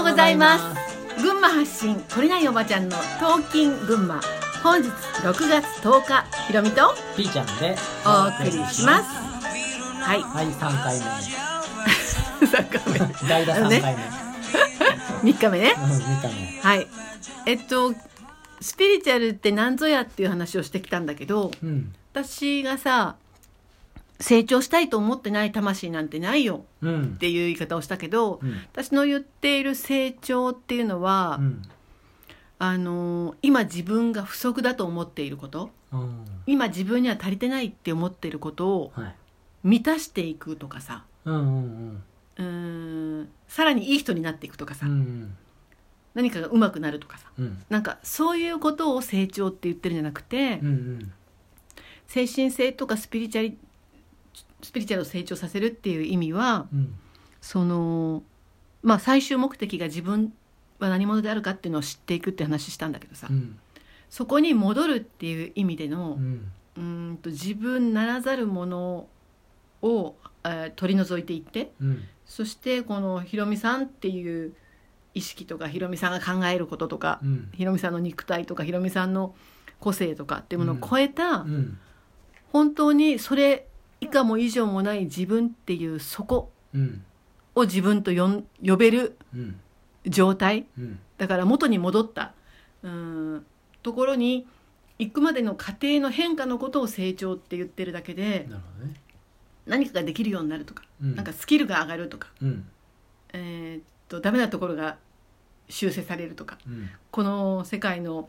うございます群馬発信取れないおばちゃんの「トーキン群馬」本日6月10日ひろみとピーちゃんでお送りしますはいはい三回目3日代打三回目、目3日目ねうん見たねはいえっとスピリチュアルって何ぞやっていう話をしてきたんだけどうん私がさ成長したいと思ってない魂なんてないようんっていう言い方をしたけど、うん私の言っている成長っていうのは、うんあのー今自分が不足だと思っていることうん今自分には足りてないって思っていることをはい満たしていくとかさうんうんうーんさらにいい人になっていくとかうさ、んうん何かが上手くなるとかさうんなんかそういうことを成長って言ってるんじゃなくて、うんうん精神性とかスピリチュアリスピリチュアルを成長させるっていう意味はうんそのまあ最終目的が自分は何者であるかっていうのを知っていくって話したんだけどさ、うんそこに戻るっていう意味での、うんうーんと自分ならざるものを、えー取り除いていってうんそしてこのひろみさんっていう意識とかひろみさんが考えることとか、うんひろみさんの肉体とかひろみさんの個性とかっていうものを超えた、うん本当にそれ以下も以上もない自分っていうそこうんを自分と呼ん呼べるうん状態うんだから元に戻ったうーんところに行くまでの過程の変化のことを成長って言ってるだけでなるほどね何かができるようになるとか、うんなんかスキルが上がるとか、うんえーっとダメなところが修正されるとかうんこの世界の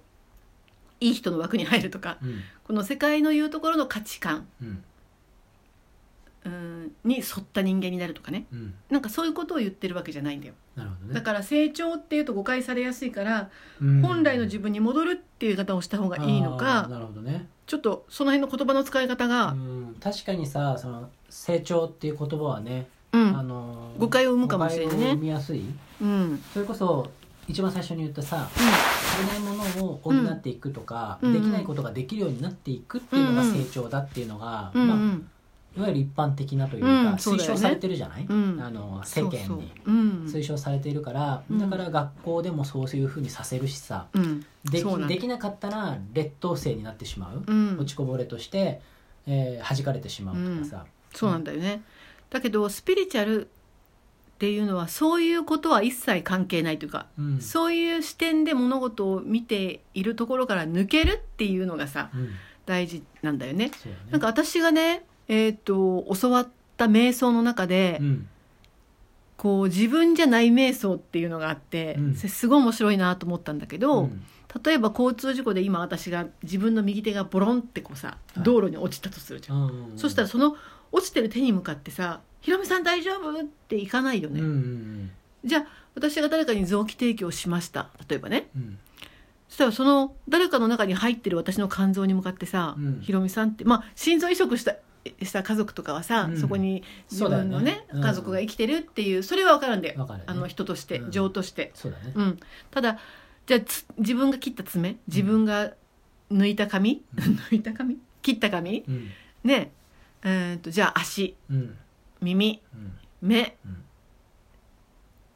いい人の枠に入るとかうんこの世界の言うところの価値観うんうーんに沿った人間になるとかねうんなんかそういうことを言ってるわけじゃないんだよなるほどねだから成長っていうと誤解されやすいからうん本来の自分に戻るっていう言い方をした方がいいのあーかなるほどねちょっとその辺の言葉の使い方うがん確かにさその成長っていう言葉はねうあんのー誤解を生むかもしれないね誤解を生みやすいうんそれこそ一番最初に言ったさ足りないものを補っていくとか、うんできないことができるようになっていくっていうのが成長だっていうのが、うんうまんあ、いわゆる一般的なというか、うんそう推だよね奨されてるじゃない、うんあの世間にそうそううん推奨されているから、うんだから学校でもそういうふうにさせるしさうんできそうなんだできなかったら劣等生になってしまう、うん落ちこぼれとして、えー、弾かれてしまうとかさ、そうなんだよねだけどスピリチュアルっていうのはそういうことは一切関係ないというか、うんそういう視点で物事を見ているところから抜けるっていうのがさうん大事なんだよね。そうだねなんか私がね、えー、と教わった瞑想の中で、うんこう自分じゃない瞑想っていうのがあって、うんそれすごい面白いなと思ったんだけど、うん例えば交通事故で今私が自分の右手がボロンってこうさい道路に落ちたとするじゃんうんうんうんそしたらその落ちてる手に向かってさ「ひろみさん大丈夫?」っていかないようんね、うんうんじゃあ私が誰かに臓器提供しました例えばねうんそしたらその誰かの中に入ってる私の肝臓に向かってさ、うんひろみさんってまあ心臓移植したした家族とかはさ、うんそこに自そうだよ分ねのねうん家族が生きてるっていうそれは分かるんで、わかるねあの人として、うん情として、そうだね、うん、ただじゃあつ自分が切った爪自分が抜いた髪、うん 抜いた髪切った髪うんねえー、とじゃあ足うん耳うん目、うん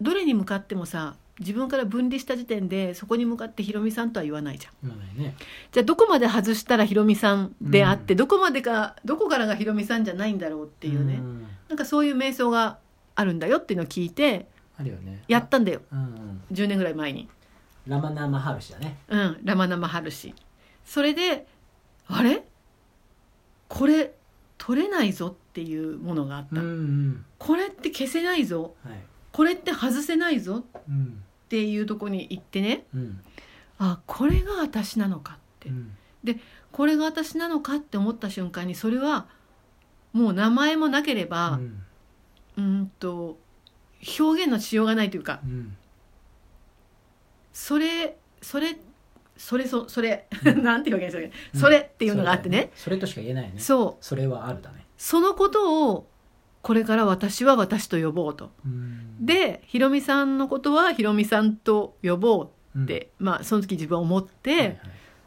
どれに向かってもさ自分から分離した時点でそこに向かってひろみさんとは言わないじゃん言わないねじゃあどこまで外したらひろみさんであって、うどこまでかどこからがひろみさんじゃないんだろうっていうね、んなんかそういう瞑想があるんだよっていうのを聞いてあるよねやったんだようんうん10年ぐらい前に、ラマナーマハルシだねうん、ラマナマハルシそれであれこれ取れないぞっていうものがあった、んこれって消せないぞうんはいこれって外せないぞうんっていうとこに行ってねうんあこれが私なのかって、うんこれが私なのかって思った瞬間にそれはもう名前もなければうんうーんと表現のしようがないというかうんそれそれそれそそれ なんて表現したらいいのそれっていうのがあってね,、それだよそれとしか言えないよねそうそれはあるだねそのことをこれから私は私と呼ぼうと。うんでひろみさんのことはひろみさんと呼ぼううんって、まあその時自分は思って、はいはい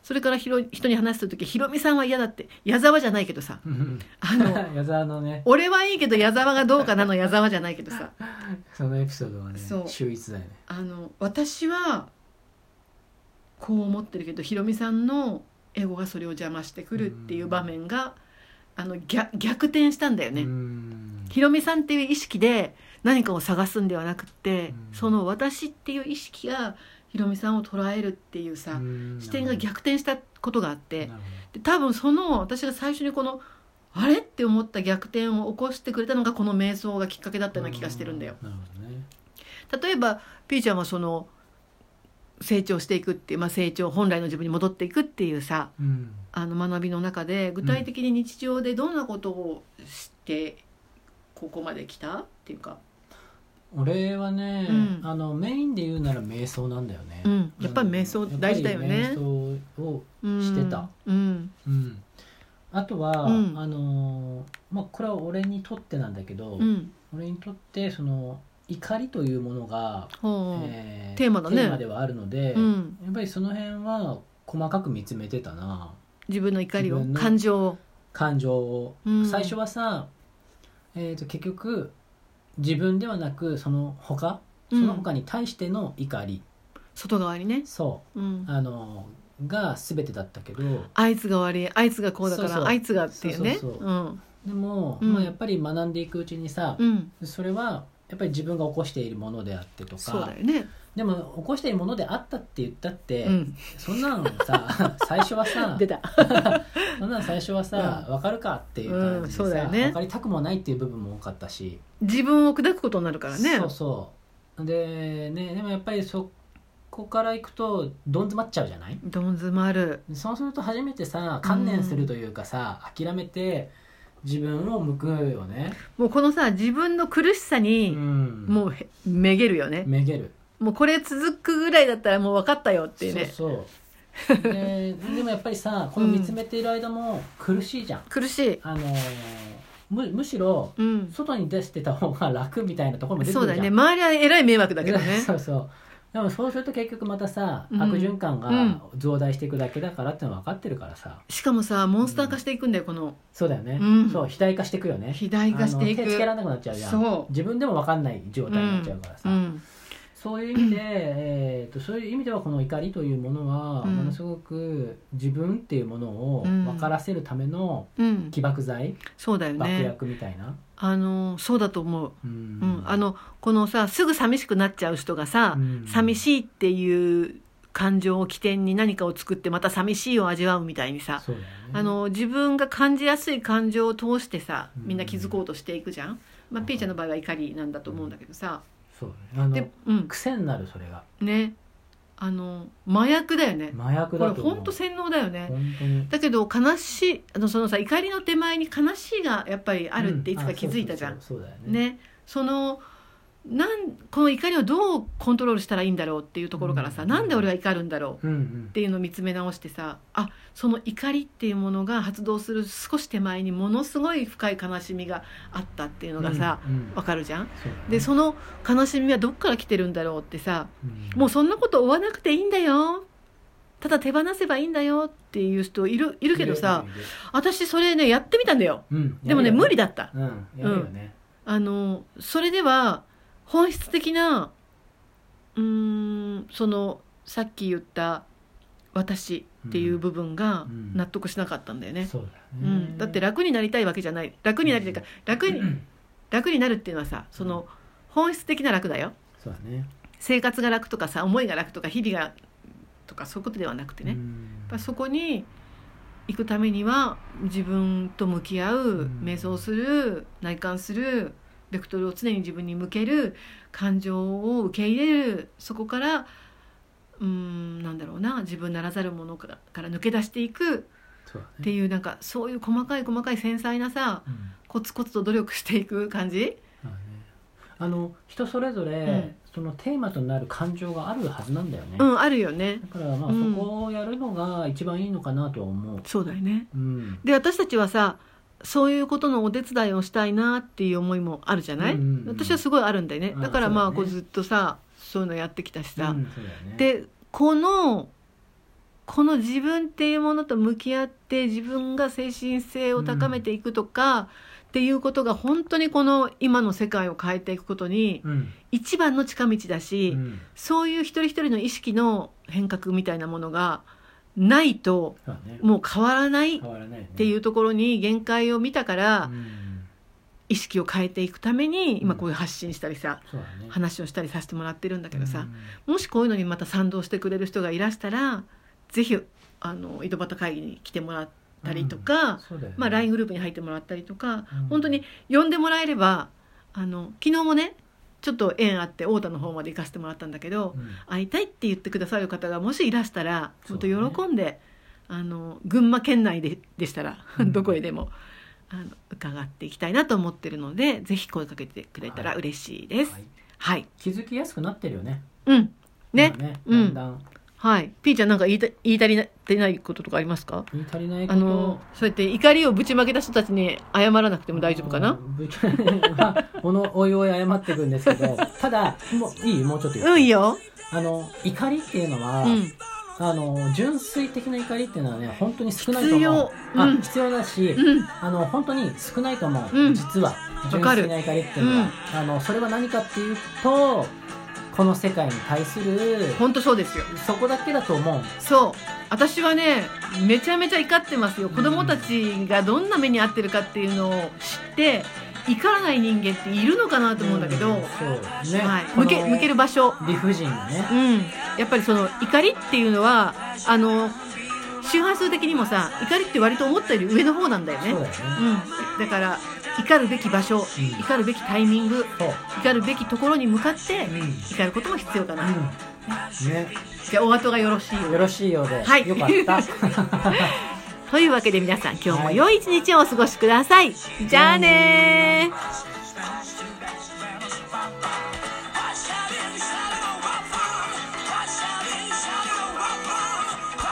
それからひろ人に話した時「ひろみさんは嫌だ」って矢沢じゃないけどさあの矢沢のね俺はいいけど矢沢がどうかなの矢沢じゃないけどさそのエピソードはねそう秀逸だよねあの私はこう思ってるけどひろみさんのエゴがそれを邪魔してくるっていう場面が、あの逆逆転したんだよね。うんひろみさんっていう意識で何かを探すんではなくって、うんその私っていう意識がひろみさんを捉えるっていうさ、うん視点が逆転したことがあって、なるほで多分その私が最初にこのあれって思った逆転を起こしてくれたのがこの瞑想がきっかけだったどような気がしてるんだよ。なるほどね例えばピーちゃんはその成長していくっていう、まあ、成長本来の自分に戻っていくっていうさうんあの学びの中で具体的に日常でどんなことをしてここまで来たっていうか、俺はね、うんあのメインで言うなら瞑想なんだよね、うんやっぱり瞑想うん大事だよねやっぱり瞑想を、うん、してたうんうん、あとは、うんあのーまあこれは俺にとってなんだけど、うん俺にとってその怒りというものが、ほう、えーテーマだねではあるので、うん、やっぱりその辺は細かく見つめてたな自分の怒りを自分の感情を、感情を、うん最初はさ、えー、と結局自分ではなくその他そのうん他に対しての怒り、外側にね、そううん、あのが全てだったけどあいつが悪いあいつがこうだからそうそうあいつがっていうねそうそうそうんでも、うんまあ、やっぱり学んでいくうちにさ、うんそれはやっぱり自分が起こしているものであってとそうかだよねでも起こしているものであったって言ったって、うんそんなの さ最初はさ出たそんなの最初はさ、わ分かるかっていう感じでさ、うんそうだよね分かりたくもないっていう部分も多かったし、自分を砕くことになるからねそうそうでねでもやっぱりそこからいくとどん詰まっちゃうじゃないどん詰まるそうすると初めてさ観念するというかさ、諦めて自分を向くよね、もうこのさ自分の苦しさうに、ん、もうへめげるよね、めげるもうこれ続くぐらいだったらもう分かったよっていうねそうそうででもやっぱりさこの見つめている間も苦しいじゃん、苦しいあのーむむしろうん外に出してた方が楽みたいなところも出てそくうるじだゃんよね周りはえらい迷惑だけど ねそうそうでもそうすると結局またさ、うん悪循環うがん増大していくだけだからってのは分かってるからさしかもさモンスター化していくんだよこのそうだよね、うんそう肥大化していくよね肥大化していあくの手つけられなくなっちゃうじゃんそう自分でも分かんない状態になっちゃうからさ、うんそういう意味で、えー、とそういう意味ではこの怒りというものは、うんものすごく自分っていうものをうん分からせるためのうん起爆剤、そうだよ爆ね薬みたいな、あのそうだと思ううんうん、あのこのさすぐ寂しくなっちゃう人がさ、うん寂しいっていう感情を起点に何かを作ってまた寂しいを味わうみたいにさ、そうだよねあの自分が感じやすい感情を通してさみんな気づこうとしていくじゃん、まあ、ピーちゃんの場合は怒りなんだと思うんだけどさ、そうだねあでのうん癖になるそれがねあの麻薬だよね麻薬これだと思う本当洗脳だよね本当にだけど悲しいあのそのさ怒りの手前に悲しいがやっぱりあるっていつか気づいたじゃんうあそうそうそうそうだよねね、そのなんこの怒りをどうコントロールしたらいいんだろうっていうところからさ、うんなんで俺は怒るんだろううんうっんていうのを見つめ直してさあその怒りっていうものが発動する少し手前にものすごい深い悲しみがあったっていうのがさ、うんうんわかるじゃんそうだねでその悲しみはどっから来てるんだろうってさうんもうそんなこと追わなくていいんだよただ手放せばいいんだよっていう人いるいるけどさいるいる私それねやってみたんだよいるうんでもねやるよ無理だったうんやるよねあのそれでは本質的なうーんそのさっき言った私っていう部分がうんうん納得しなかったんだよね。そうだうよねん、だって楽になりたいわけじゃない楽になりたいか楽に楽になるっていうのはさその本質的な楽だよそうだね生活が楽とかさ思いが楽とか日々がとかそういうことではなくてね、うやっんぱそこに行くためには自分と向き合ううん瞑想する内観するベクトルを常に自分に向ける感情を受け入れるそこからうーんなんだろうな自分ならざるものからから抜け出していくそうだねっていうなんかそういう細かい細かい繊細なさうんコツコツと努力していく感じまあねあの人それぞれ、うんそのテーマとなる感情があるはずなんだよね、うんあるよねだからまあうんそこをやるのが一番いいのかなとは思う、そうだよねうん、で私たちはさそういうことのお手伝いをしたいなっていう思いもあるじゃない、うんうんうん私はすごいあるんだよねうんだからまあそうだこねうずっとさそういうのやってきたしさ、うんそうだよね、でこのこの自分っていうものと向き合って自分が精神性を高めていくとか、っていうことが本当にこの今の世界を変えていくことにうん一番の近道だし、うんそういう一人一人の意識の変革みたいなものがないとそうだねもう変わらないっ変わらないねていうところに限界を見たかうらん意識を変えていくために今こういう発信したりさそうだね話をしたりさせてもらってるんだけどさもしこういうのにまた賛同してくれる人がいらしたらぜひあの井戸端会議に来てもらったりとうかん、そうだよねまあ、LINE グループに入ってもらったりとか、うん本当に呼んでもらえればあの昨日もねちょっと縁あって太田の方まで行かせてもらったんだけど、うん会いたいって言ってくださる方がもしいらしたらそ本う当だね喜んで、あの群馬県内ででしたら、うんどこへでもあの伺っていきたいなと思ってるのでぜひ声かけてくれたらはい嬉しいです。はいはい、気づきやすくなってるよねうんね今ねうだんんだんはい、ピーちゃんなんか言いた言い足りなってないこととかありますか？言い足りないこあとのそうやって怒りをぶちまけた人たちに謝らなくても大丈夫かうな？んぶちまあおのおいおい謝っていくんですけ どただもういいもうちょっと言ってうんいいよ。あの怒りっていうのは、うんあの純粋的な怒りっていうのはね本当に少ないと思う必要あうん必要だし、うんあの本当に少ないと思う、うん実は純かる粋な怒りっていうのは、あのそれは何かっていうとこの世界に対する本当そうですよ。そこだけだと思うそう私はねめちゃめちゃ怒ってますよ子供たちがどんな目に遭ってるかっていうのを知って怒らない人間っているのかなと思うんだけど、んそうね、はい、こ向のけ向ける場所理不尽がねうんやっぱりその怒りっていうのはあの周波数的にもさ怒りって割と思ったより上の方なんだよねそうだよね、うん、だから怒るべき場所うん怒るべきタイミングそう怒るべきところに向かってうん怒ることも必要かな、うんねじゃあお後がよろしいようでよろしいようで、はいよかった というわけで皆さん今日も良い一日をお過ごしください、じゃあねー